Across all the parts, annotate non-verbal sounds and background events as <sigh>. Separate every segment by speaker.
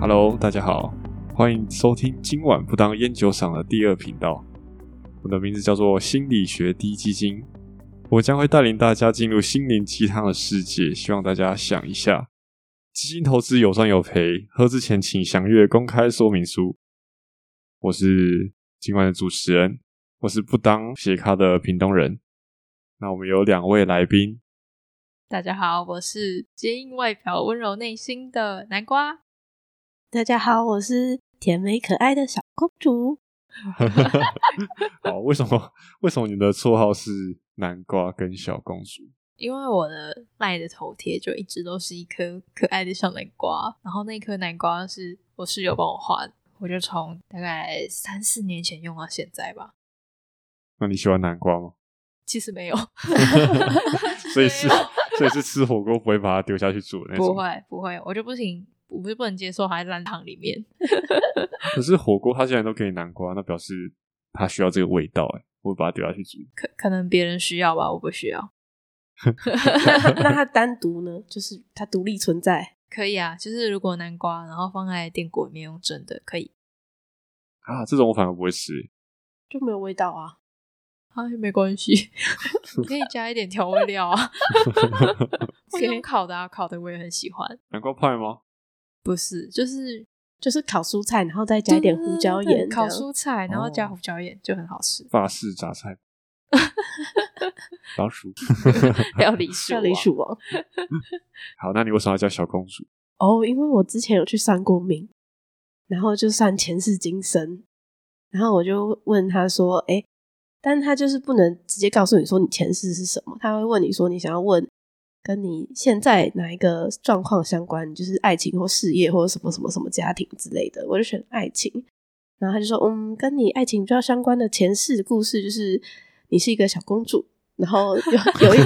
Speaker 1: Hello，大家好，欢迎收听今晚不当烟酒赏的第二频道。我的名字叫做心理学低基金，我将会带领大家进入心灵鸡汤的世界。希望大家想一下，基金投资有赚有赔，喝之前请详阅公开说明书。我是今晚的主持人，我是不当斜咖的屏东人。那我们有两位来宾，
Speaker 2: 大家好，我是坚硬外表、温柔内心的南瓜。
Speaker 3: 大家好，我是甜美可爱的小公主。
Speaker 1: <laughs> 好，为什么为什么你的绰号是南瓜跟小公主？
Speaker 2: 因为我的赖的头贴就一直都是一颗可爱的小南瓜，然后那颗南瓜是我室友帮我画的，我就从大概三四年前用到现在吧。
Speaker 1: 那你喜欢南瓜吗？
Speaker 2: 其实没有，
Speaker 1: 所以是所以是吃火锅不会把它丢下去煮的那种。
Speaker 2: 不。会不会，我就不行，我不是不能接受还在烂汤里面。
Speaker 1: 可是火锅它既然都给你南瓜，那表示它需要这个味道、欸，哎，我会把它丢下去煮。
Speaker 2: 可可能别人需要吧，我不需要。
Speaker 3: <laughs> 那它单独呢？就是它独立存在。
Speaker 2: 可以啊，就是如果南瓜，然后放在电锅里面用蒸的，可以。
Speaker 1: 啊，这种我反而不会吃、欸
Speaker 3: 就没有味道啊！
Speaker 2: 啊，没关系，你可以加一点调味料啊。我用烤的啊，烤的我也很喜欢。
Speaker 1: 南瓜派吗？
Speaker 2: 不是，就是
Speaker 3: 就是烤蔬菜，然后再加一点胡椒盐
Speaker 2: 对对对
Speaker 3: 这
Speaker 2: 烤
Speaker 3: 样，
Speaker 2: 蔬菜，然后加
Speaker 1: 哦。
Speaker 2: 胡椒盐就很好吃
Speaker 1: 法式榨菜。老鼠。
Speaker 2: 料
Speaker 3: <laughs>
Speaker 2: 理鼠啊，
Speaker 3: 料理鼠王。
Speaker 1: 好，那你为什么要叫小公主？
Speaker 3: 哦，因为我之前有去算过命，然后就算前世今生，然后我就问他说：“哎，但他就是不能直接告诉你说你前世是什么，他会问你说你想要问跟你现在哪一个状况相关，就是爱情或事业或者什么什么什么家庭之类的。”我就选爱情，然后他就说：“嗯，跟你爱情比较相关的前世故事就是你是一个小公主。”然后有有一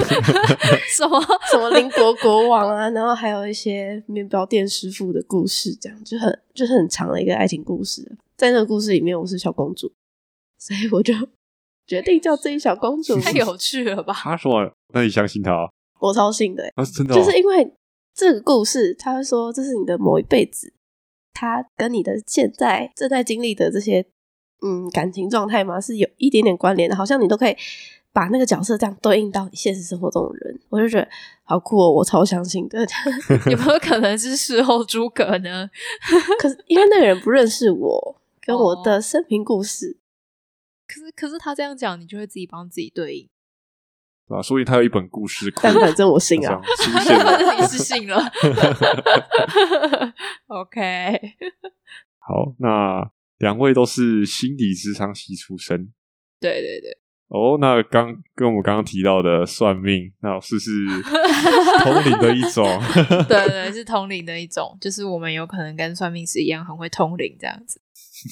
Speaker 2: 什么？
Speaker 3: 什么邻国国王啊，然后还有一些面包店师傅的故事，这样就很就是很长的一个爱情故事。在那个故事里面，我是小公主，所以我就 <laughs> 决定叫自己小公主。
Speaker 2: 太有趣
Speaker 1: <laughs>
Speaker 2: 了吧？
Speaker 1: 他说，那你相信他、啊？
Speaker 3: 我超信的欸、
Speaker 1: 那是真的、哦，
Speaker 3: 就是因为这个故事，他会说这是你的某一辈子，他跟你的现在正在经历的这些嗯感情状态嘛，是有一点点关联的，好像你都可以把那个角色这样对应到你现实生活中的人，我就觉得好酷哦，我超相信的。
Speaker 2: 有没有可能是事后诸葛呢？
Speaker 3: 可是因为那个人不认识我，跟我的生平故事，
Speaker 2: 可是可是他这样讲，你就会自己帮自己对应。
Speaker 1: 对啊吧、所以他有一本故事库，
Speaker 3: 但反正我信
Speaker 1: 这样
Speaker 3: 啊。
Speaker 1: 出现
Speaker 2: 反
Speaker 1: 了。
Speaker 2: <laughs> 正你是信了。OK，
Speaker 1: 好，那两位都是心理智商系出身
Speaker 2: 对对对，
Speaker 1: 哦。那刚跟我们刚刚提到的算命，那老
Speaker 2: <laughs>
Speaker 1: 师是通灵的一种。 <laughs>
Speaker 3: <laughs>
Speaker 2: 对对，是通灵的一种，就是我们有可能跟算命师一样很会通灵这样
Speaker 3: <laughs>
Speaker 2: 子。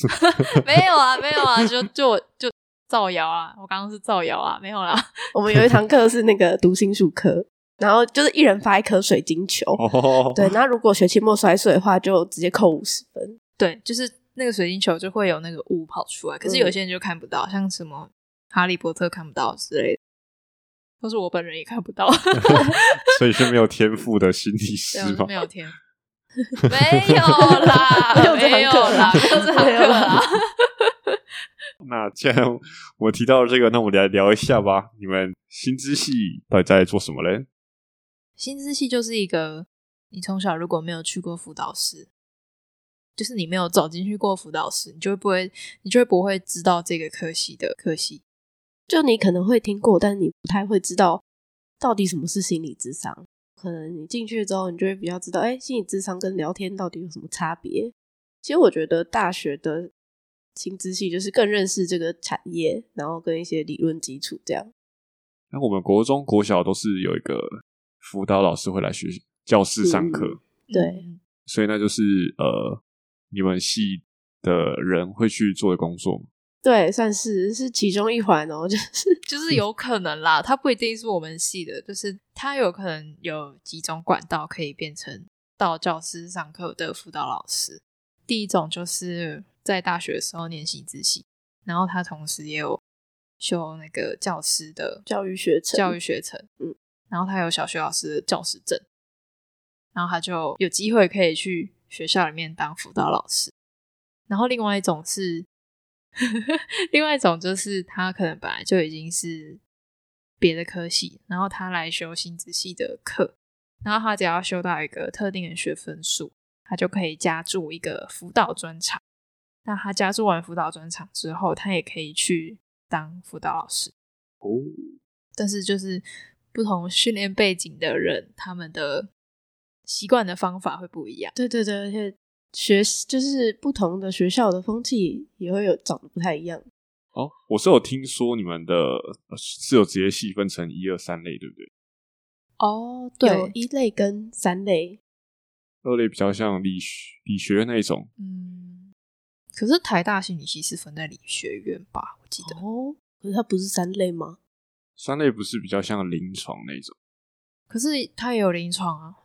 Speaker 2: <laughs> 没有啊，没有啊，就就我就造谣啊，我刚刚是造谣啊，没有啦。 <laughs>
Speaker 3: 我们有一堂课是那个读心术课，然后就是一人发一颗水晶球。
Speaker 1: 哦，
Speaker 3: 对，那如果学期末摔碎的话，就直接扣五十分。
Speaker 2: 对，就是那个水晶球就会有那个雾跑出来，可
Speaker 3: 嗯
Speaker 2: 是有些人就看不到，像什么哈利波特看不到之类的，或是我本人也看不
Speaker 3: <laughs>
Speaker 2: 到，
Speaker 1: 所以是没有天赋的心理
Speaker 2: 对
Speaker 1: 师
Speaker 2: 我就
Speaker 1: 嘛
Speaker 2: 没？有
Speaker 3: <laughs>
Speaker 2: 天。没有啦，
Speaker 3: 没有这
Speaker 2: 没有
Speaker 3: 堂
Speaker 2: 啦，
Speaker 3: 课
Speaker 2: 没有这堂
Speaker 3: 没有
Speaker 2: 课啦
Speaker 3: 啦。
Speaker 1: 那既然我提到了这个，那我们来聊一下吧。你们心知系到底在做什么嘞？
Speaker 2: 薪资系就是一个，你从小如果没有去过辅导室，就是你没有走进去过辅导室，你就会不会，你就会不会知道这个科系的科系。
Speaker 3: 就你可能会听过，但是你不太会知道到底什么是心理智商。可能你进去之后，你就会比较知道，哎，心理智商跟聊天到底有什么差别？其实我觉得大学的心智系就是更认识这个产业，然后跟一些理论基础这样。
Speaker 1: 那我们国中、国小都是有一个辅导老师会来学教室上课，
Speaker 3: 嗯对
Speaker 2: 嗯，
Speaker 1: 所以那就是呃，你们系的人会去做的工作吗。
Speaker 3: 对，算是是其中一环哦， <laughs> 就是
Speaker 2: 就是有可能啦，它不一定是我们系的，就是它有可能有几种管道可以变成到教师上课的辅导老师。第一种就是在大学的时候念习资系，然后他同时也有修那个教师的
Speaker 3: 教育学程
Speaker 2: 教育学程，嗯
Speaker 3: 嗯，
Speaker 2: 然后他有小学老师的教师证，然后他就有机会可以去学校里面当辅导老师。然后另外一种是， <laughs> 另外一种就是他可能本来就已经是别的科系，然后他来修心智系的课，然后他只要修到一个特定的学分数，他就可以加注一个辅导专场。那他加注完辅导专场之后，他也可以去当辅导老师。
Speaker 1: 哦，
Speaker 2: 但是就是不同训练背景的人，他们的习惯的方法会不一样。
Speaker 3: 对对对，而且学习就是不同的学校的风气也会有长得不太一样。
Speaker 1: 哦，我是有听说你们的呃是有直接细分成一二三类，对不对？
Speaker 2: 哦，
Speaker 3: 有一类跟三类，
Speaker 1: 二类比较像理学理学院那一种，
Speaker 2: 嗯，可是台大心理系是分在理学院吧？我记得，
Speaker 3: 哦，可是它不是三类吗？
Speaker 1: 三类不是比较像临床那种。
Speaker 2: 可是它也有临床啊。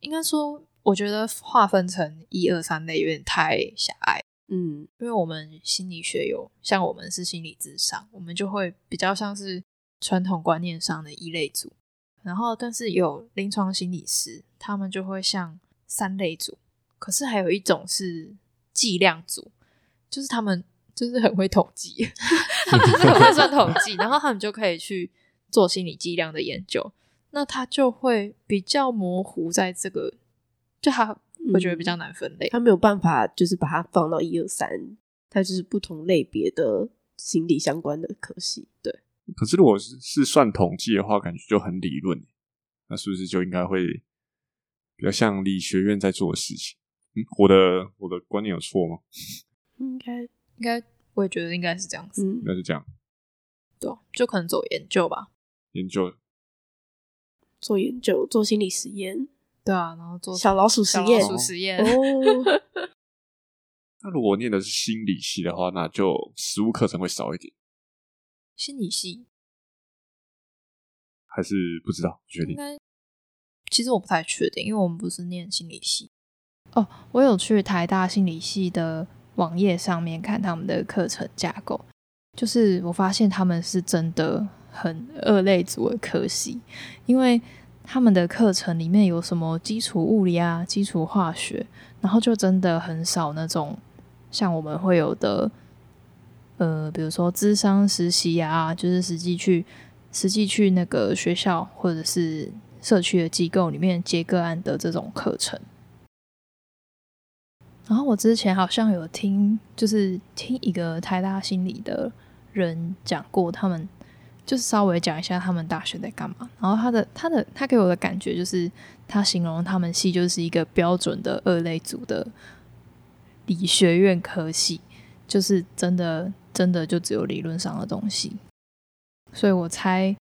Speaker 2: 应该说，我觉得划分成一二三类有点太狭隘，
Speaker 3: 嗯，
Speaker 2: 因为我们心理学有像我们是心理智商，我们就会比较像是传统观念上的一类组，然后但是有临床心理师，他们就会像三类组，可是还有一种是计量组，就是他们就是很会统计，他们就是很会算统计，然后他们就可以去做心理计量的研究，那他就会比较模糊在这个，就他我觉得比较难分类。
Speaker 3: 它没有办法就是把它放到一二三，它就是不同类别的心理相关的科系。对，
Speaker 1: 可是如果是是算统计的话，感觉就很理论，欸那是不是就应该会比较像理学院在做的事情？嗯，我的我的观念有错吗？
Speaker 3: 应该
Speaker 2: 应该我也觉得应该是这样子，
Speaker 3: 嗯
Speaker 1: 应，该是这样，
Speaker 2: 对啊、就可能走研究吧，
Speaker 1: 研究
Speaker 3: 做研究、做心理实验、
Speaker 2: 对啊，然后做
Speaker 3: 小老鼠实
Speaker 2: 小
Speaker 3: 验
Speaker 2: 老鼠实验， <laughs>
Speaker 3: 哦，
Speaker 1: 那如果念的是心理系的话，那就实物课程会少一点，
Speaker 2: 心理系
Speaker 1: 还是不知道不确
Speaker 2: 应
Speaker 1: 定。
Speaker 2: 该，其实我不太确定，因为我们不是念心理系。哦，我有去台大心理系的网页上面看他们的课程架构，就是我发现他们是真的很二类组的科系，因为他们的课程里面有什么基础物理啊、基础化学，然后就真的很少那种像我们会有的，呃，比如说智商实习啊，就是实际去实际去那个学校或者是社区的机构里面接个案的这种课程。然后我之前好像有听，就是听一个台大心理的人讲过，他们就是稍微讲一下他们大学在干嘛。然后他的他的他给我的感觉就是，他形容他们系就是一个标准的二类组的理学院科系，就是真的真的就只有理论上的东西。所以我猜，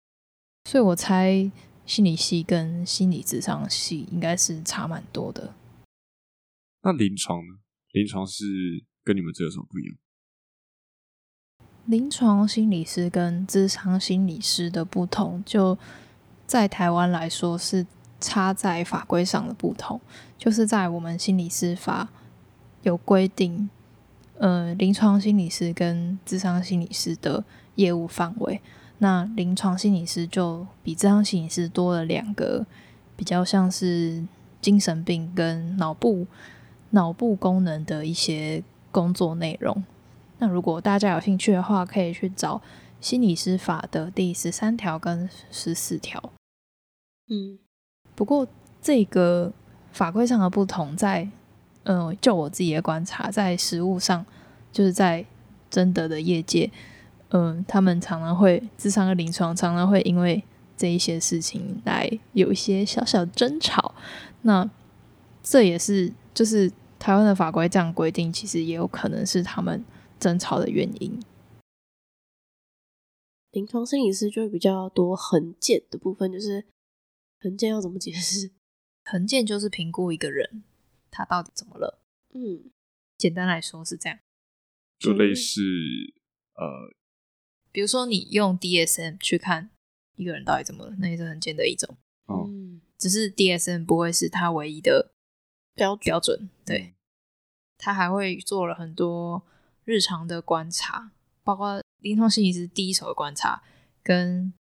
Speaker 2: 所以我猜心理系跟心理智商系应该是差蛮多的。
Speaker 1: 那临床呢？临床是跟你们这有什么不一样？
Speaker 2: 临床心理师跟智商心理师的不同，就在台湾来说是差在法规上的不同，就是在我们心理师法有规定，呃，临床心理师跟智商心理师的业务范围。那临床心理师就比智商心理师多了两个，比较像是精神病跟脑部脑部功能的一些工作内容。那如果大家有兴趣的话，可以去找心理师法的第十三条跟十四条。
Speaker 3: 嗯，
Speaker 2: 不过这个法规上的不同在，呃，就我自己的观察，在实务上，就是在真的的业界，嗯、他们常常会智商和临床常常会因为这一些事情来有一些小小争吵。那这也是就是台湾的法规这样规定，其实也有可能是他们争吵的原因。
Speaker 3: 临床心理师就会比较多横件的部分，就是横件要怎么解释？
Speaker 2: 横件就是评估一个人他到底怎么了，
Speaker 3: <laughs> 嗯，
Speaker 2: 简单来说是这样。
Speaker 1: 就
Speaker 3: 嗯
Speaker 1: 类似
Speaker 2: 比如说你用 DSM 去看一个人到底怎么了，那也是横件的一种。
Speaker 1: 哦
Speaker 3: 嗯，
Speaker 2: 只是 DSM 不会是他唯一的
Speaker 3: 标准嗯
Speaker 2: 标准，对，他还会做了很多日常的观察，包括临床心理师第一手的观察，跟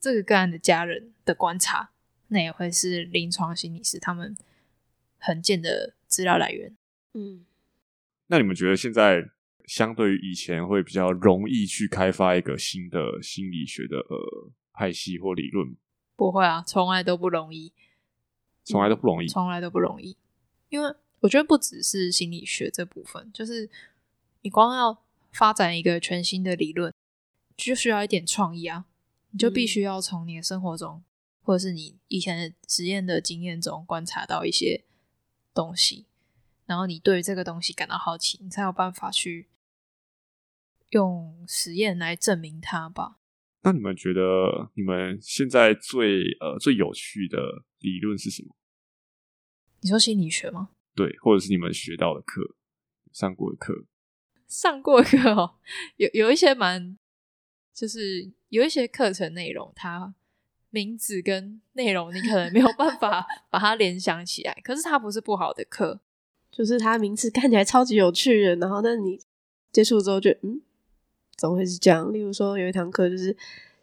Speaker 2: 这个个案的家人的观察，那也会是临床心理师他们很见的资料来源。
Speaker 3: 嗯，
Speaker 1: 那你们觉得现在相对于以前会比较容易去开发一个新的心理学的呃派系或理论吗？
Speaker 2: 不会啊，从来都不容易，
Speaker 1: 从来都不容易。
Speaker 2: 从来都不容易。因为我觉得不只是心理学这部分，就是你光要发展一个全新的理论，就需要一点创意啊。你就必须要从你的生活中，或者是你以前的实验的经验中观察到一些东西，然后你对这个东西感到好奇，你才有办法去用实验来证明它吧。
Speaker 1: 那你们觉得你们现在最呃最有趣的理论是什么？
Speaker 2: 你说心理学吗？
Speaker 1: 对，或者是你们学到的课、上过的课？ <laughs>
Speaker 2: 上过的课哦， <laughs> 有有一些蛮，就是有一些课程内容，它名字跟内容你可能没有办法把它联想起来，可是它不是不好的课，
Speaker 3: 就是它名字看起来超级有趣的，然后但你接触之后就嗯，怎么会是这样？例如说有一堂课就是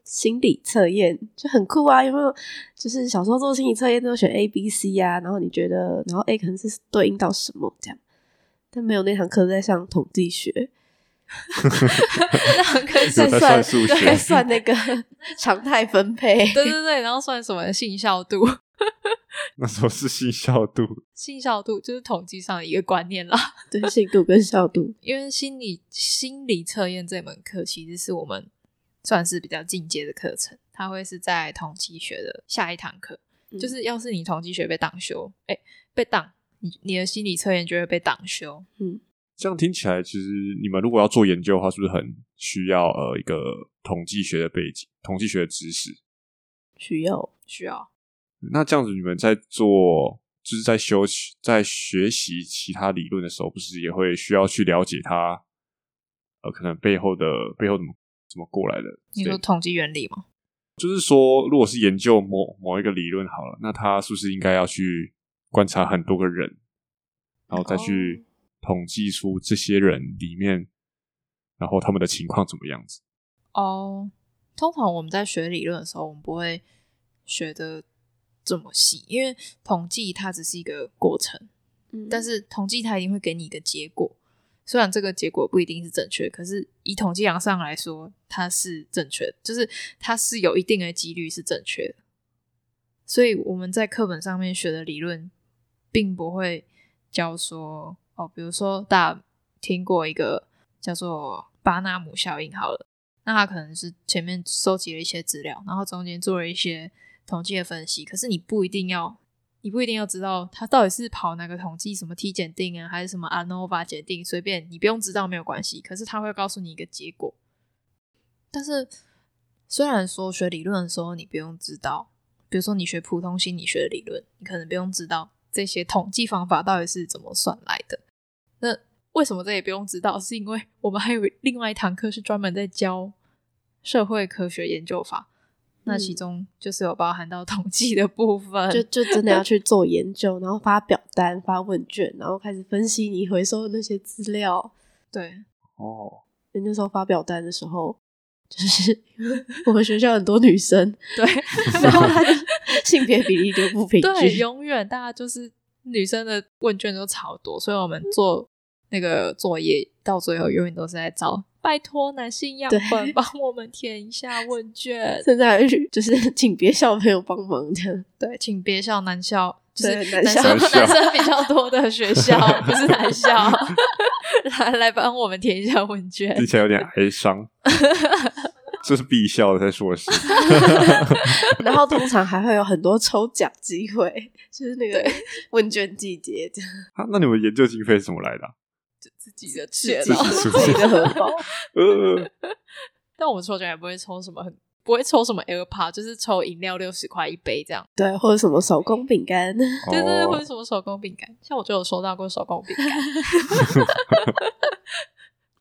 Speaker 3: 心理测验，就很酷啊！有没有？就是小时候做心理测验都选 A、B、C 啊，然后你觉得，然后 A 可能是对应到什么这样，但没有那堂课在上统计学，
Speaker 2: 那很
Speaker 3: <laughs>
Speaker 2: 可以
Speaker 1: 有
Speaker 2: 算
Speaker 1: 在
Speaker 3: 在
Speaker 1: 算
Speaker 3: 算
Speaker 1: 数
Speaker 3: 对
Speaker 1: 学
Speaker 3: 算那个 <laughs> 常态分配，
Speaker 2: 对对对，然后算什么信效度， <laughs>
Speaker 1: 那时候是信效度，
Speaker 2: 信效度就是统计上的一个观念啦。 <laughs>
Speaker 3: 对信度跟效度，
Speaker 2: 因为心理心理测验这门课其实是我们算是比较进阶的课程，它会是在统计学的下一堂课。
Speaker 3: 嗯
Speaker 2: 就是要是你统计学被挡修，哎、被挡，你你的心理测验就会被挡修。
Speaker 1: 这样听起来，其实你们如果要做研究的话，是不是很需要呃一个统计学的背景、统计学的知识？
Speaker 3: 需要
Speaker 2: 需要
Speaker 1: 那这样子，你们在做就是在修在学习其他理论的时候，不是也会需要去了解它？呃，可能背后的背后怎么怎么过来的？
Speaker 2: 你说
Speaker 1: 对，
Speaker 2: 统计原理吗？
Speaker 1: 就是说，如果是研究某某一个理论好了，那他是不是应该要去观察很多个人，然后再去统计出这些人里面，然后他们的情况怎么样子？
Speaker 2: 哦，通常我们在学理论的时候，我们不会学的这么细，因为统计它只是一个过程，
Speaker 3: 嗯
Speaker 2: 但是统计它一定会给你一个结果，虽然这个结果不一定是正确，可是以统计量上来说，它是正确的，就是它是有一定的几率是正确的。所以我们在课本上面学的理论，并不会教说哦，比如说大家听过一个叫做巴纳姆效应好了，那它可能是前面收集了一些资料，然后中间做了一些统计的分析，可是你不一定要你不一定要知道它到底是跑哪个统计，什么 T 检定啊，还是什么 ANOVA 检定，随便你不用知道没有关系。可是它会告诉你一个结果。但是虽然说学理论的时候你不用知道，比如说你学普通心理学的理论，你可能不用知道这些统计方法到底是怎么算来的。那为什么这也不用知道？是因为我们还有另外一堂课是专门在教社会科学研究法，那其
Speaker 3: 嗯
Speaker 2: 中就是有包含到统计的部分，
Speaker 3: 就就真的要去做研究，然后发表单、发问卷，然后开始分析你回收的那些资料。
Speaker 2: 对。
Speaker 1: 哦，
Speaker 3: 那时候发表单的时候，就是 <laughs> 我们学校很多女生，
Speaker 2: 对
Speaker 3: 然后 <laughs> 她就性别比例就不平
Speaker 2: 对，
Speaker 3: 均。
Speaker 2: 永远大家就是女生的问卷都超多，所以我们做那个作业到最后永远都是在找，拜托男性样本
Speaker 3: 对
Speaker 2: 帮我们填一下问卷，
Speaker 3: 现在就是请别校朋友帮忙这样，
Speaker 2: 对，请别校男校，就是
Speaker 3: 对
Speaker 2: 男
Speaker 3: 男校
Speaker 2: 生
Speaker 1: 男校
Speaker 2: 男生比较多的学校，不是男校，来来帮我们填一下问卷
Speaker 1: 听。起来有点哀伤，这是必笑的在说的事。
Speaker 3: 然后通常还会有很多抽奖机会，就是那个
Speaker 2: 对
Speaker 3: 问卷季节这样，
Speaker 1: <laughs> 啊那你们研究经费是怎么来的啊、
Speaker 2: 自己的钱
Speaker 1: 自己
Speaker 2: 哦， <laughs>
Speaker 1: 出
Speaker 3: 自己的荷包。
Speaker 1: 呃，
Speaker 2: 但我们抽奖也不会抽什么很，不会抽什么 AirPod，就是抽饮料六十块一杯这样。
Speaker 3: 对，或者什么手工饼干，
Speaker 2: 对对对，或者
Speaker 1: 哦，
Speaker 2: 什么手工饼干，像我就有收到过手工饼干。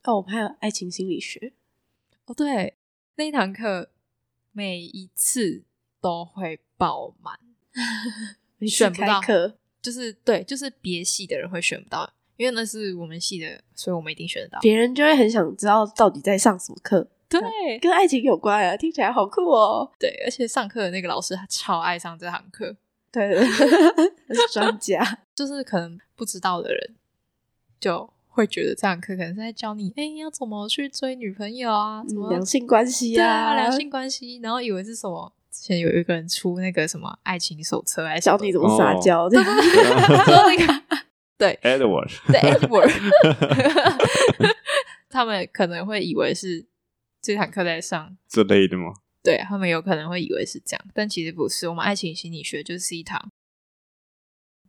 Speaker 3: 哦，我们还有爱情心理学，
Speaker 2: <laughs> 哦，对，那一堂课每一次都会爆满，
Speaker 3: 每次
Speaker 2: 选不
Speaker 3: 开
Speaker 2: 到
Speaker 3: 课，
Speaker 2: 就是对，就是别系的人会选不到，因为那是我们系的，所以我们一定选得到。
Speaker 3: 别人就会很想知道到底在上什么课，
Speaker 2: 对
Speaker 3: 跟爱情有关啊，听起来好酷哦。
Speaker 2: 对，而且上课的那个老师他超爱上这堂课，
Speaker 3: 对 <laughs> 对对，他是专
Speaker 2: <laughs>
Speaker 3: 家。
Speaker 2: 就是可能不知道的人就会觉得这堂课可能是在教你，哎、要怎么去追女朋友啊，怎
Speaker 3: 嗯
Speaker 2: 么
Speaker 3: 两性关系
Speaker 2: 对啊，
Speaker 3: 呀，
Speaker 2: 两性关系，然后以为是什么？之前有一个人出那个什么爱情手册来
Speaker 3: 教
Speaker 2: <laughs>
Speaker 3: 你怎么撒娇，这样 <laughs>
Speaker 2: 说那个对
Speaker 1: Edward，
Speaker 2: The N word，他们可能会以为是这堂课在上，
Speaker 1: 这类的吗？
Speaker 2: 对他们有可能会以为是这样，但其实不是。我们爱情心理学就是一堂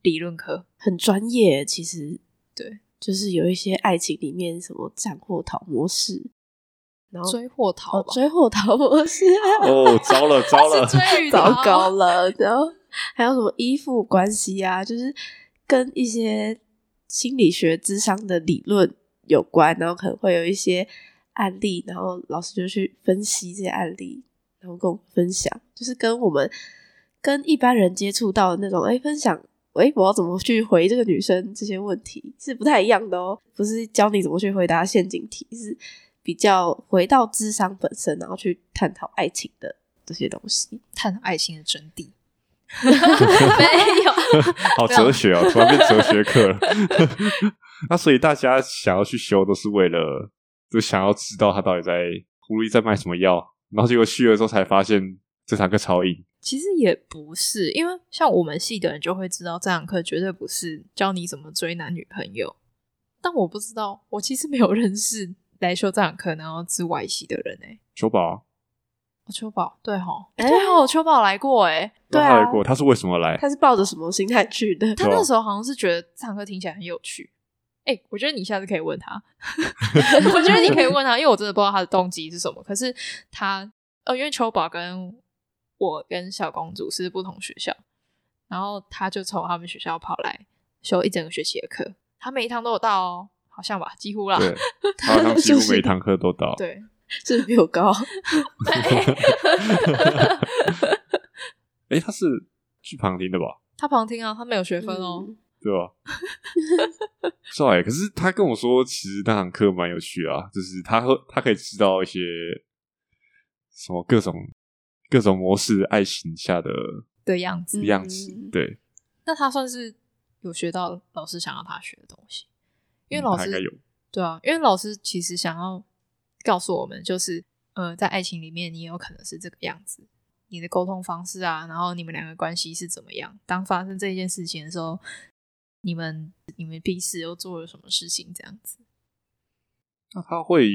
Speaker 2: 理论课，
Speaker 3: 很专业。其实
Speaker 2: 对，
Speaker 3: 就是有一些爱情里面什么战或逃模式，然后
Speaker 2: 追或逃
Speaker 3: 哦
Speaker 2: 吧，
Speaker 3: 追或逃模式，
Speaker 1: 哦，糟了糟了，
Speaker 2: 是追与逃
Speaker 3: 糟糕了。然后还有什么依附关系啊，就是跟一些心理学智商的理论有关，然后可能会有一些案例，然后老师就去分析这些案例，然后跟我们分享，就是跟我们跟一般人接触到的那种，哎，分享。哎，我要怎么去回这个女生这些问题是不太一样的哦，不是教你怎么去回答陷阱题，是比较回到智商本身，然后去探讨爱情的这些东西。
Speaker 2: 探讨爱情的真谛。没有，
Speaker 1: 好哲学哦，突然变哲学课了。 <laughs> 那所以大家想要去修，都是为了就想要知道他到底在狐狸在卖什么药，然后结果去了之后才发现这堂课超硬。
Speaker 2: 其实也不是，因为像我们系的人就会知道，这堂课绝对不是教你怎么追男女朋友。但我不知道，我其实没有认识来修这堂课然后是外系的人哎、
Speaker 1: 秋宝，
Speaker 2: 哦，秋宝对吼，
Speaker 3: 哎
Speaker 2: 对吼，秋宝来过哎、
Speaker 3: 对啊
Speaker 1: 他来过，他是为什么来？
Speaker 3: <laughs> 他是抱着什么心态去的？
Speaker 2: 他
Speaker 1: 啊
Speaker 2: 那时候好像是觉得这堂课听起来很有趣。哎、我觉得你下次可以问
Speaker 1: <laughs>
Speaker 2: 他，我觉得你可以问他，因为我真的不知道他的动机是什么。可是他，呃，因为秋宝跟我跟小公主是不同学校，然后他就从他们学校跑来修一整个学期的课，他每一堂都有到哦，好像吧，几乎啦。
Speaker 1: 对，他好像几
Speaker 3: 就是
Speaker 1: 乎每一堂课都到。
Speaker 2: 啊对，
Speaker 3: 是不是比我高，
Speaker 1: 哦哎，他是去旁听的吧？
Speaker 2: <laughs> 他旁听啊，他没有学分哦。
Speaker 3: 嗯
Speaker 1: 对吧？是哎，可是他跟我说，其实那堂课蛮有趣啊，就是他会他可以知道一些什么各种各种模式爱情下的
Speaker 2: 的样子，
Speaker 3: 嗯
Speaker 1: 样子，对，
Speaker 2: 那他算是有学到老师想要他学的东西，因为老
Speaker 1: 嗯他
Speaker 2: 师
Speaker 1: 应该有
Speaker 2: 对啊，因为老师其实想要告诉我们，就是呃，在爱情里面，你也有可能是这个样子，你的沟通方式啊，然后你们两个关系是怎么样？当发生这件事情的时候，你们你们彼此又做了什么事情？这样子，
Speaker 1: 那他会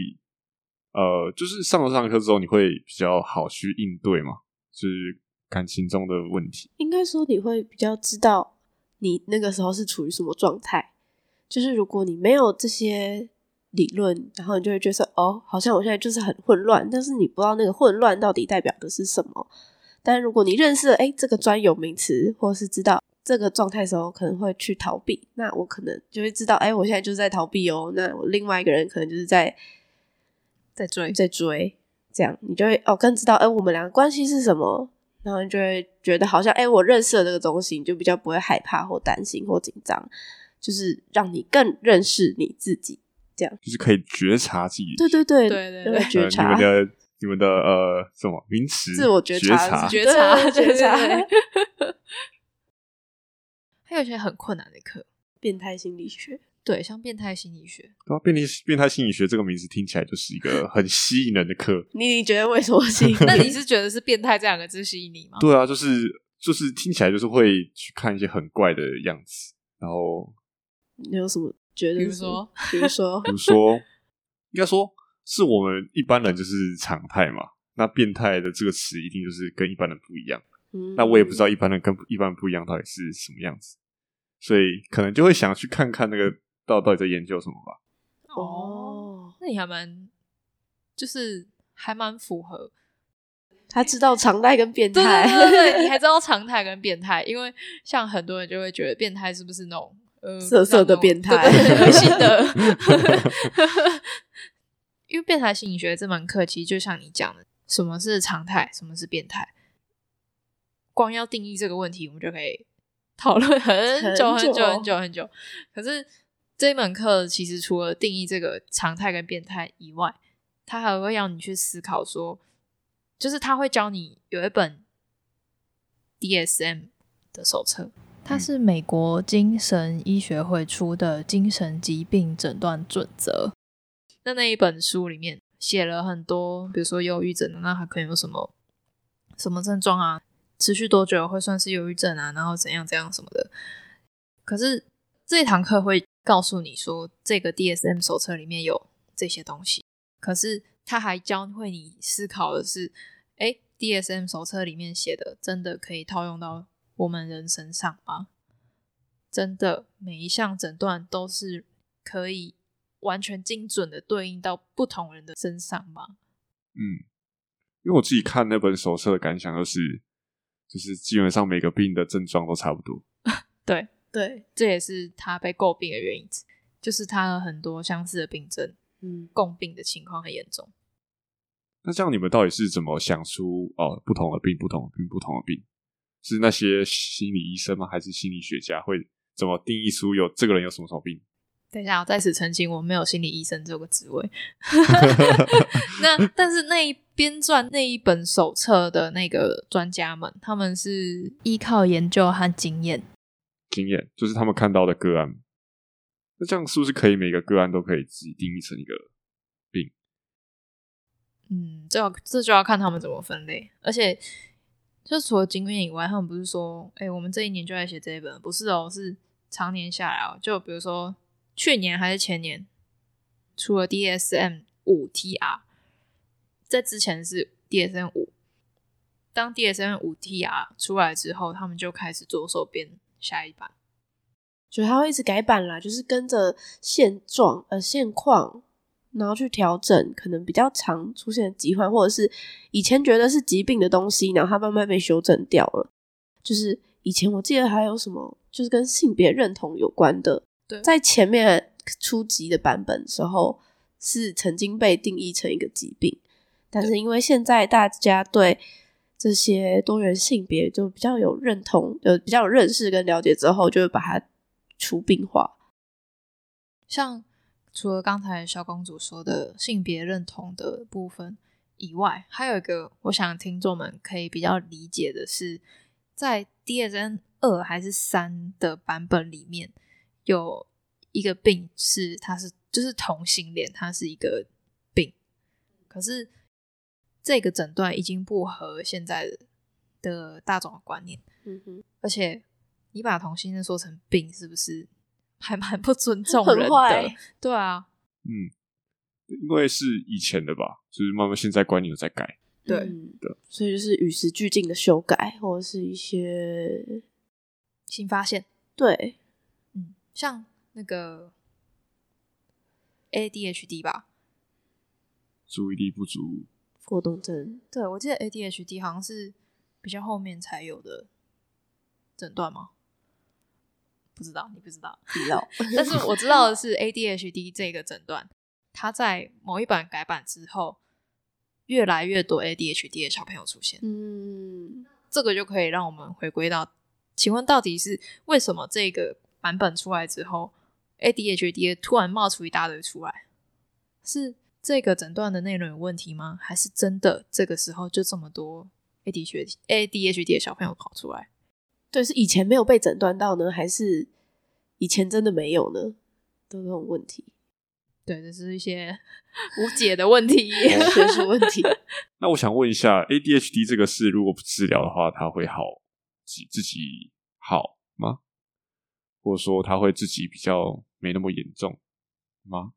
Speaker 1: 呃，就是上了上课之后，你会比较好去应对嘛，就是感情中的问题。
Speaker 3: 应该说你会比较知道你那个时候是处于什么状态。就是如果你没有这些理论，然后你就会觉得哦，好像我现在就是很混乱，但是你不知道那个混乱到底代表的是什么。但如果你认识了哎这个专有名词，或是知道这个状态的时候，可能会去逃避。那我可能就会知道，哎，我现在就是在逃避哦。那我另外一个人可能就是在
Speaker 2: 在追，
Speaker 3: 在追，这样你就会哦更知道，哎、我们两个关系是什么，然后你就会觉得好像，哎、我认识了这个东西，你就比较不会害怕或担心或紧张，就是让你更认识你自己。
Speaker 1: 就是可以觉察自己，
Speaker 3: 对对对
Speaker 2: 对对
Speaker 3: 就
Speaker 2: 对
Speaker 3: 会觉
Speaker 1: 呃、
Speaker 3: 察
Speaker 1: 你。们的你们的呃什么名词，
Speaker 3: 自我觉
Speaker 1: 察，
Speaker 3: 察
Speaker 2: 觉
Speaker 3: 对
Speaker 2: 察，
Speaker 3: 对对
Speaker 2: 对
Speaker 3: 对
Speaker 2: 对 <laughs> 还有一些很困难的课，
Speaker 3: 变态心理学，
Speaker 2: 对，像变态心理学，
Speaker 1: 对啊，变态变态心理学这个名字听起来就是一个很吸引人的课。
Speaker 3: 你觉得为什么
Speaker 1: <laughs>
Speaker 3: 吸引
Speaker 2: 那你是觉得是变态这两个字吸引你吗？
Speaker 1: 对啊，就是就是听起来就是会去看一些很怪的样子，然后
Speaker 3: 你有什么觉得？
Speaker 2: 比如说，
Speaker 3: 比如说
Speaker 1: 比如说，应该说是我们一般人就是常态嘛。那变态的这个词一定就是跟一般人不一样。
Speaker 3: 嗯
Speaker 1: <laughs> 那我也不知道一般人跟一般人不一样到底是什么样子，所以可能就会想去看看那个到到底在研究什么吧。
Speaker 3: 哦，
Speaker 2: 那你还蛮，就是还蛮符合，
Speaker 3: 他知道常态跟变
Speaker 2: 对
Speaker 3: 态，
Speaker 2: 对 <laughs> 对对，你还知
Speaker 3: <laughs>
Speaker 2: 道常态跟变态，因为像很多人就会觉得变态是不是那种呃
Speaker 3: 色色的变态
Speaker 2: 那种对对对性
Speaker 3: <laughs>
Speaker 2: 的，因为变态心理学这门课其实就像你讲的，什么是常态，什么是变态，光要定义这个问题，我们就可以讨论很久
Speaker 3: 很
Speaker 2: 很久
Speaker 3: 久
Speaker 2: 很久很久。可是这一门课其实除了定义这个常态跟变态以外，它还会让你去思考说，就是他会教你有一本 DSM 的手册，它是美国精神医学会出的精神疾病诊断准则。那那一本书里面写了很多，比如说忧郁症，那它可能有什么什么症状啊？持续多久会算是忧郁症啊？然后怎样怎样什么的。可是这堂课会告诉你说，这个 DSM 手册里面有这些东西，可是它还教会你思考的是，哎，DSM 手册里面写的真的可以套用到我们人身上吗？真的每一项诊断都是可以完全精准的对应到不同人的身上吗？
Speaker 1: 嗯，因为我自己看那本手册的感想就是，就是基本上每个病的症状都差不多。
Speaker 3: 对，
Speaker 2: 这也是他被诟病的原因，就是他有很多相似的病症，
Speaker 3: 嗯，
Speaker 2: 共病的情况很严重。
Speaker 1: 那这样你们到底是怎么想出哦不同的病、不同的病、不同的病？是那些心理医生吗？还是心理学家会怎么定义出有这个人有什么什么病？
Speaker 2: 等一下，我在此澄清，我没有心理医生这个职位。 <laughs> 那但是那一编撰那一本手册的那个专家们，他们是依靠研究和经验。
Speaker 1: 经验就是他们看到的个案。那这样是不是可以每个个案都可以自己定义成一个？
Speaker 2: 嗯，这要这就要看他们怎么分类。而且，就除了经验以外，他们不是说，哎、我们这一年就在写这一本，不是哦，是常年下来哦。就比如说去年还是前年，除了 DSM 五 TR，在之前是 DSM 五。当 DSM 五 TR 出来之后，他们就开始着手编下一版。
Speaker 3: 所以它会一直改版啦，就是跟着现状呃现况，然后去调整可能比较常出现的疾患，或者是以前觉得是疾病的东西，然后它慢慢被修正掉了。就是以前我记得还有什么，就是跟性别认同有关的，
Speaker 2: 对
Speaker 3: 在前面初级的版本时候是曾经被定义成一个疾病，但是因为现在大家对这些多元性别就比较有认同，呃，比较有认识跟了解之后，就会把它除病化。
Speaker 2: 像除了刚才小公主说的性别认同的部分以外，还有一个我想听众们可以比较理解的是，在 DSM 二还是三的版本里面，有一个病是它是就是同性恋，它是一个病，可是这个诊断已经不合现在的大众的观念，
Speaker 3: 嗯哼，
Speaker 2: 而且你把同性恋说成病，是不是还蛮不尊重
Speaker 3: 很
Speaker 2: 人的
Speaker 3: 坏？
Speaker 2: 对啊，
Speaker 1: 嗯，因为是以前的吧，就是慢慢现在观念有在改。
Speaker 2: 对
Speaker 3: 嗯
Speaker 1: 对，
Speaker 3: 所以就是与时俱进的修改，或者是一些
Speaker 2: 新发现，
Speaker 3: 对，
Speaker 2: 嗯，像那个 ADHD 吧，
Speaker 1: 注意力不足，
Speaker 3: 过动症，
Speaker 2: 对我记得 ADHD 好像是比较后面才有的诊断吗？不知道，你不知道，
Speaker 3: 疲劳，
Speaker 2: <laughs> 但是我知道的是 ADHD 这个诊断，它在某一版改版之后，越来越多 ADHD 的小朋友出现。
Speaker 3: 嗯，
Speaker 2: 这个就可以让我们回归到，请问到底是为什么这个版本出来之后，ADHD 突然冒出一大堆出来？是这个诊断的内容有问题吗？还是真的这个时候就这么多 ADHD ADHD 的小朋友跑出来？
Speaker 3: 对，是以前没有被诊断到呢，还是以前真的没有呢？都这种问题，
Speaker 2: 对，这是一些无解的问
Speaker 3: <laughs>
Speaker 2: 题。
Speaker 3: 学术问题， <laughs>
Speaker 1: 那我想问一下，ADHD 这个事如果不治疗的话，它会好自自己好吗？或者说它会自己比较没那么严重吗？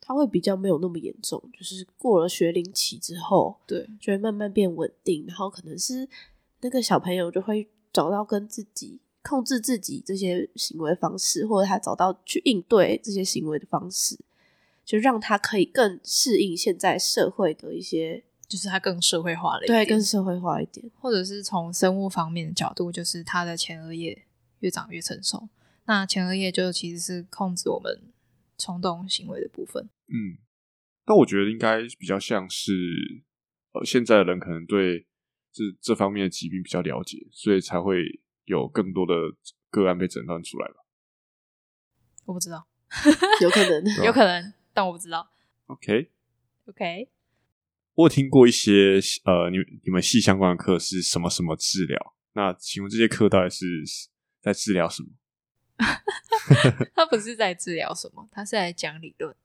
Speaker 3: 它会比较没有那么严重，就是过了学龄期之后，
Speaker 2: 对，
Speaker 3: 就会慢慢变稳定，然后可能是那个小朋友就会找到跟自己控制自己这些行为方式，或者他找到去应对这些行为的方式，就让他可以更适应现在社会的一些
Speaker 2: 就是它更社会化了一
Speaker 3: 对
Speaker 2: 点，
Speaker 3: 更社会化一点。
Speaker 2: 或者是从生物方面的角度，就是它的前额叶越长越成熟。那前额叶就其实是控制我们冲动行为的部分。
Speaker 1: 嗯，但我觉得应该比较像是，呃，现在的人可能对这这方面的疾病比较了解，所以才会有更多的个案被诊断出来吧。
Speaker 2: 我不知道，
Speaker 3: 有可能，
Speaker 1: 对啊
Speaker 2: 有可能，但我不知道。
Speaker 1: OK，
Speaker 2: OK，
Speaker 1: 我有听过一些呃，你你们系相关的课是什么什么治疗，那请问这些课到底是在治疗什么？
Speaker 2: 他不是在治疗什么，他是在讲理论。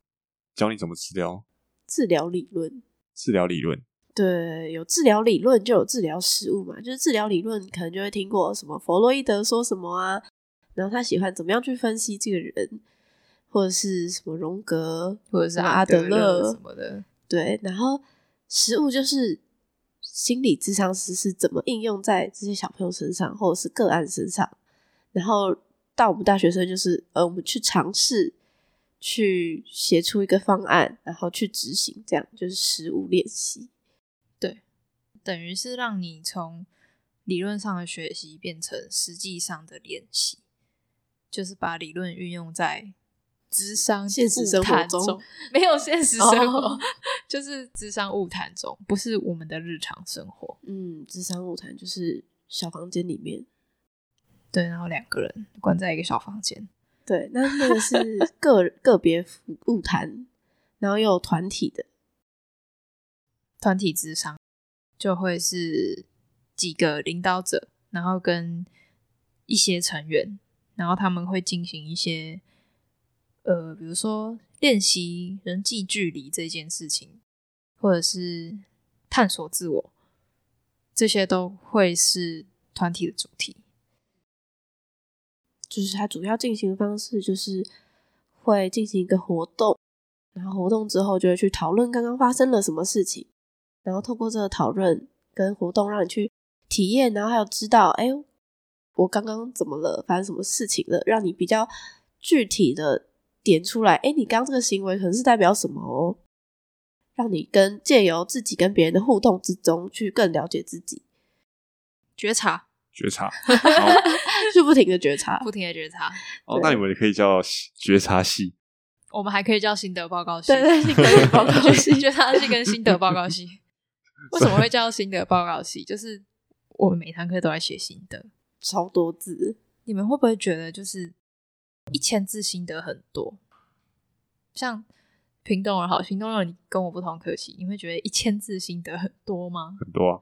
Speaker 1: 教你怎么治疗？
Speaker 3: 治疗理论。
Speaker 1: 治疗理论？
Speaker 3: 对，有治疗理论就有治疗实务嘛，就是治疗理论可能就会听过什么弗洛伊德说什么啊，然后他喜欢怎么样去分析这个人，或者是什么荣格，
Speaker 2: 或者是
Speaker 3: 什么阿德
Speaker 2: 勒什么的，
Speaker 3: 对，然后实务就是心理智商师是怎么应用在这些小朋友身上，或者是个案身上，然后到我们大学生就是呃，我们去尝试去写出一个方案，然后去执行，这样就是实务练习。
Speaker 2: 等于是让你从理论上的学习变成实际上的练习，就是把理论运用在智商
Speaker 3: 现实生活中
Speaker 2: 物谈中，没有现实生活，
Speaker 3: 哦
Speaker 2: <laughs> 就是智商物谈中，不是我们的日常生活。
Speaker 3: 嗯，智商舞台就是小房间里面，
Speaker 2: 对，然后两个人关在一个小房间，
Speaker 3: 对，那那个是个 <laughs> 个别服务谈，然后又有团体的，
Speaker 2: 团体智商就会是几个领导者，然后跟一些成员，然后他们会进行一些呃，比如说练习人际距离这件事情，或者是探索自我，这些都会是团体的主题。
Speaker 3: 就是它主要进行方式就是会进行一个活动，然后活动之后就会去讨论刚刚发生了什么事情，然后透过这个讨论跟活动让你去体验，然后还有知道，哎，我刚刚怎么了，发生什么事情了，让你比较具体的点出来，哎，你刚刚这个行为可能是代表什么哦，让你跟借由自己跟别人的互动之中去更了解自己， <laughs>
Speaker 2: 觉察，
Speaker 1: 觉察？好
Speaker 3: 就不停的觉察，
Speaker 2: 不停的觉察，
Speaker 1: 哦，那你们可以叫觉察系。
Speaker 2: 我们还可以叫心得报告系，
Speaker 3: 对对，是跟人报告
Speaker 2: <laughs> 觉觉察系跟心得报告系。为什么会叫心得报告系？就是我们每堂课都在写心得。
Speaker 3: 超多字，
Speaker 2: 你们会不会觉得就是一千字心得很多？像屏东人好，屏东人你跟我不同科系，你会觉得一千字心得很多吗？
Speaker 1: 很多啊，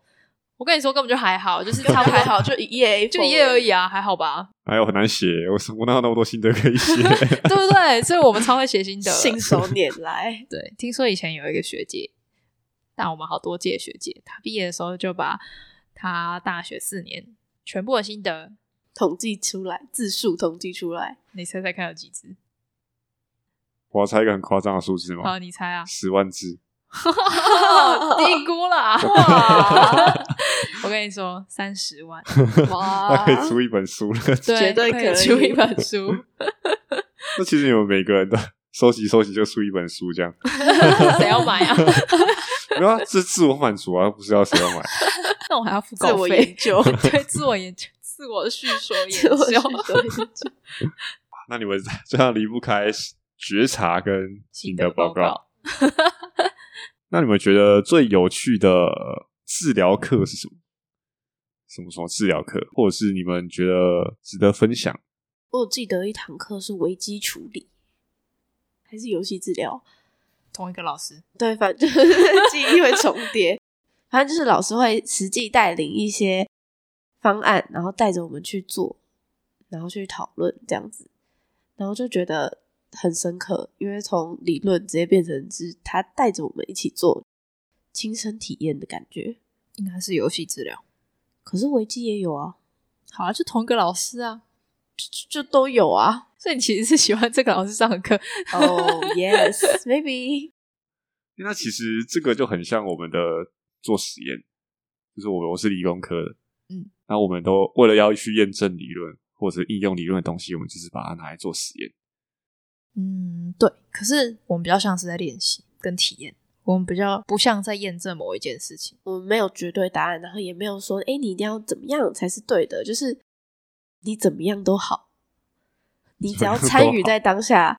Speaker 2: 我跟你说根本就还好， <laughs> 就是
Speaker 3: 他
Speaker 2: 差不
Speaker 3: 还
Speaker 2: 多
Speaker 3: 好 <laughs> 就一页 A4
Speaker 2: 就一页而已啊，还好吧， <laughs>
Speaker 1: 还有很难写，哎我我哪有那么多心得可以写？ <laughs>
Speaker 2: 对不对？所以我们超会写心得，。
Speaker 3: 信手拈来
Speaker 2: 对，听说以前有一个学姐，但我们好多届学姐，她毕业的时候就把她大学四年全部的心得，
Speaker 3: 统计出来，字数统计出来，
Speaker 2: 你猜猜看有几字？
Speaker 1: 我要猜一个很夸张的数字
Speaker 2: 好，
Speaker 1: 吗？？
Speaker 2: 你猜
Speaker 3: <laughs>
Speaker 2: 啊
Speaker 1: 十万字，
Speaker 2: 低估了， <laughs>
Speaker 1: <laughs>
Speaker 2: 哇！我跟你说，三十 <laughs> 万，
Speaker 1: 那
Speaker 3: 哇
Speaker 1: 可以出一本书了。 <laughs>
Speaker 2: 对，
Speaker 3: 绝对
Speaker 2: 可
Speaker 3: 可
Speaker 2: 以
Speaker 3: 以
Speaker 2: 出一本书， <laughs>
Speaker 1: 那其实你们每个人都收集收集就出一本书这样， <laughs>
Speaker 2: 谁要买 <laughs> 啊？
Speaker 1: 没有啊，这自我满足啊，不是要谁要买？
Speaker 2: 那我还要付
Speaker 3: 自
Speaker 2: 稿
Speaker 3: 我研
Speaker 2: 费，
Speaker 3: 究，
Speaker 2: 对，自我研究，自我叙说研
Speaker 3: 自
Speaker 2: 究，
Speaker 3: 我研究，
Speaker 1: <laughs> 那你们这样离不开觉察跟心
Speaker 2: <laughs> 心
Speaker 1: 得
Speaker 2: 得
Speaker 1: 报
Speaker 2: 报
Speaker 1: 告
Speaker 2: 告。
Speaker 1: 那你们觉得最有趣的呃治疗课是什么？什么什么治疗课，或者是你们觉得值得分享？
Speaker 3: 我有记得一堂课是危机处理，还是游戏治疗？
Speaker 2: 同一个老师，
Speaker 3: 对，反正记忆会重叠。反正就是老师会实际带领一些方案，然后带着我们去做，然后去讨论这样子，然后就觉得很深刻，因为从理论直接变成是他带着我们一起做，亲身体验的感觉。
Speaker 2: 应该是游戏治疗。
Speaker 3: 可是危机也有啊，
Speaker 2: 好啊，就同一个老师啊，
Speaker 3: 就就都有
Speaker 2: <laughs>
Speaker 3: 啊。
Speaker 2: 所以你其实是喜欢这个老师上的课，
Speaker 3: 哦、yes，maybe。
Speaker 1: 那其实这个就很像我们的做实验，就是我我是理工科的，
Speaker 2: 嗯，
Speaker 1: 那我们都为了要去验证理论或者应用理论的东西，我们就是把它拿来做实验。
Speaker 2: 嗯，对。可是我们比较像是在练习跟体验，我们比较不像在验证某一件事情。
Speaker 3: 我们没有绝对答案，然后也没有说，哎、你一定要怎么样才是对的，就是你怎么样都好，你只要参与在当下，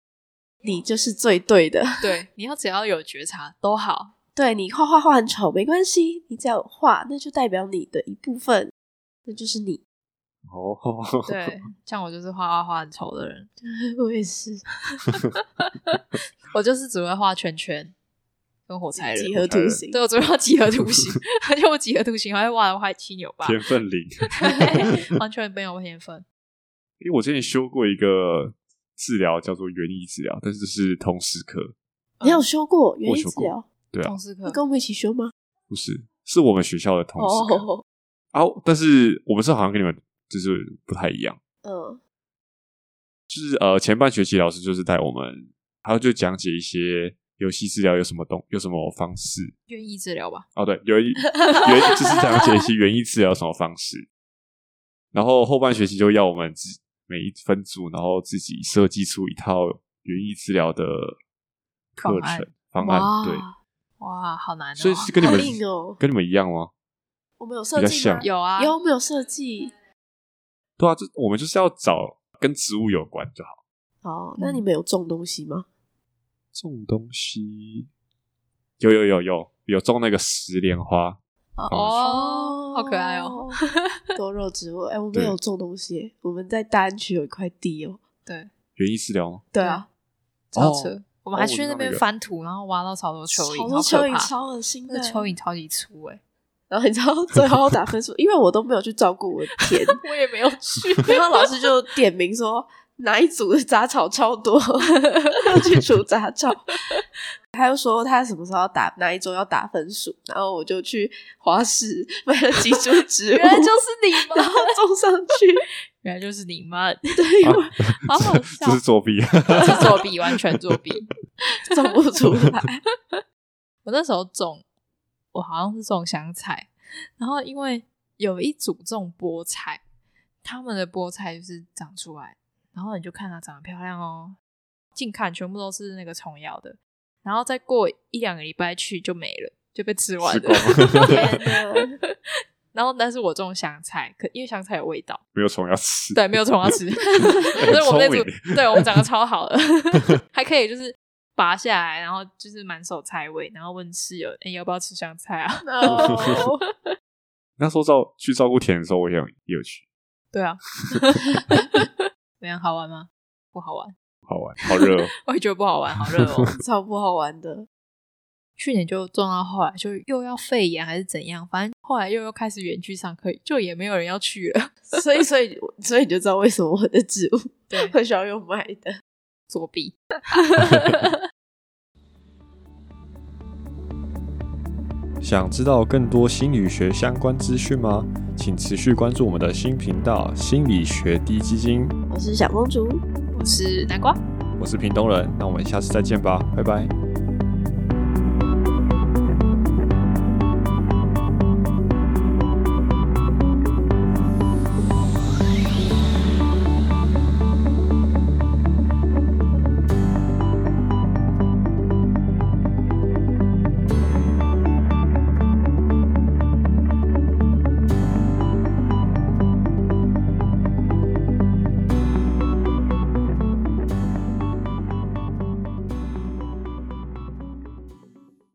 Speaker 3: 你就是最对的。 <laughs>
Speaker 2: 对，你要只要有觉察都好。
Speaker 3: 对你画画画很丑没关系，你只要有画，那就代表你的一部分，那就是你。 <laughs>
Speaker 1: 哦，
Speaker 2: 对， <laughs> 像我就是画画画很丑的人，
Speaker 3: 我也是，
Speaker 2: 我就是只会画圈圈，跟火柴人
Speaker 3: 几，何图形
Speaker 2: 对，我主要几何图形， <laughs> 而且我几何图形还会画的歪七扭八，
Speaker 1: 天分零。 <laughs>
Speaker 2: 完全没有天 <laughs> 分。
Speaker 1: 因为我之前修过一个治疗叫做园艺治疗，但是这是通识课，
Speaker 3: 你有修过园
Speaker 1: 我
Speaker 3: 艺
Speaker 1: 修
Speaker 3: 治
Speaker 1: 过
Speaker 3: 疗？
Speaker 1: 对啊
Speaker 2: 同，嗯事课
Speaker 3: 你跟我们一起修吗？
Speaker 1: 不是是我们学校的通识课。
Speaker 3: 哦，
Speaker 1: 啊，但是我们是好像跟你们就是不太一样，
Speaker 3: 嗯，
Speaker 1: 就是呃前半学期老师就是带我们，他就讲解一些游戏治疗有什么东有什么方式
Speaker 2: 愿意治疗吧？
Speaker 1: 哦，对，有一园就是讲解一些园艺治疗有什么方式，然后后半学期就要我们自每一分组，然后自己设计出一套园艺治疗的课
Speaker 2: 方案
Speaker 1: 程方案，对，
Speaker 2: 哇哇，好难哦。
Speaker 1: 所以是跟你
Speaker 3: 好
Speaker 1: 们
Speaker 3: 硬哦。
Speaker 1: 跟你们一样吗？
Speaker 3: 我们有设
Speaker 1: 比较
Speaker 3: 计吗
Speaker 1: 像？
Speaker 2: 有啊，
Speaker 3: 有没有设计？
Speaker 1: 对啊，这我们就是要找跟植物有关就好。
Speaker 3: 哦
Speaker 2: 嗯，
Speaker 3: 那你们有种东西吗？
Speaker 1: 这种东西有有有有有种那个石莲花，
Speaker 2: 哦，好可爱哦。，
Speaker 3: <laughs> 多肉植物。哎，我们
Speaker 1: 对
Speaker 3: 有种东西，我们在大安区有一块地哦。
Speaker 2: 对，
Speaker 1: 园艺治疗吗？
Speaker 3: 对啊，
Speaker 2: 超
Speaker 1: 哦
Speaker 2: 扯。我们还
Speaker 1: 哦我
Speaker 2: 去
Speaker 1: 知道
Speaker 2: 那边
Speaker 1: 那个
Speaker 2: 翻土，然后挖到超多啊蚯蚓，
Speaker 3: 好多
Speaker 2: 好
Speaker 3: 蚯
Speaker 2: 可
Speaker 3: 蚓
Speaker 2: 怕啊
Speaker 3: 超恶心
Speaker 2: 那
Speaker 3: 的。
Speaker 2: 个蚯蚓超级粗哎，
Speaker 3: 然后你知道最后打分数，因 <laughs> 为我都没有去照顾我的
Speaker 2: <laughs>
Speaker 3: 田，
Speaker 2: 我也没有 <laughs> 去。
Speaker 3: 然后老师就点名说哪一组的杂草超多， <laughs> 要去除杂草。 <laughs> 他又说他什么时候要打哪一周要打分数，然后我就去花市 <laughs> 买了几株植物，
Speaker 2: 原来就是 <laughs> 你
Speaker 3: 然
Speaker 2: 们，
Speaker 3: 后种上去。
Speaker 2: 原来就是你们， <laughs>
Speaker 3: 对，因为
Speaker 2: 好好
Speaker 1: <laughs> 这
Speaker 2: 笑 <laughs>
Speaker 1: 啊是，作弊。
Speaker 2: 是作弊，完全作弊。
Speaker 3: 种不出
Speaker 2: <laughs>
Speaker 3: 来。
Speaker 2: 我那时候种，我好像是种香菜，然后因为有一组种菠菜，他们的菠菜就是长出来，然后你就看它长得漂亮哦，近看全部都是那个虫咬的，然后再过一两个礼拜去就没了，就被吃完
Speaker 1: 吃
Speaker 2: 了。
Speaker 1: 光
Speaker 3: 天哪
Speaker 2: <laughs> 然后但是我种香菜，可因为香菜有味道，
Speaker 1: 没有虫要吃，
Speaker 2: 对，没有虫要吃，所以我们那
Speaker 1: 聪
Speaker 2: 组对我们长得超好的， <laughs> 还可以就是拔下来，然后就是满手菜味，然后问室友、诶要不要吃香菜啊？
Speaker 3: No
Speaker 1: 那时候照去照顾田的时候，我也有也有去，
Speaker 2: 对啊， <laughs> 怎样好玩吗？不好玩，
Speaker 1: 好玩，好热哦。
Speaker 2: 我也觉得不好玩，好热哦。
Speaker 3: 超不好玩的。
Speaker 2: <laughs> 去年就撞到后来，就又要肺炎还是怎样，反正后来又又开始远距上课，就也没有人要去了。
Speaker 3: 所以，所以，所以你就知道为什么我的植物
Speaker 2: 对，
Speaker 3: 会需要用买的。
Speaker 2: <laughs> 作弊。
Speaker 1: 想知道更多心理学相关资讯吗？请持续关注我们的新频道《心理学低基金》。
Speaker 3: 我是小公主，
Speaker 2: 我是南瓜。
Speaker 1: 我是屏东人，那我们下次再见吧，拜拜。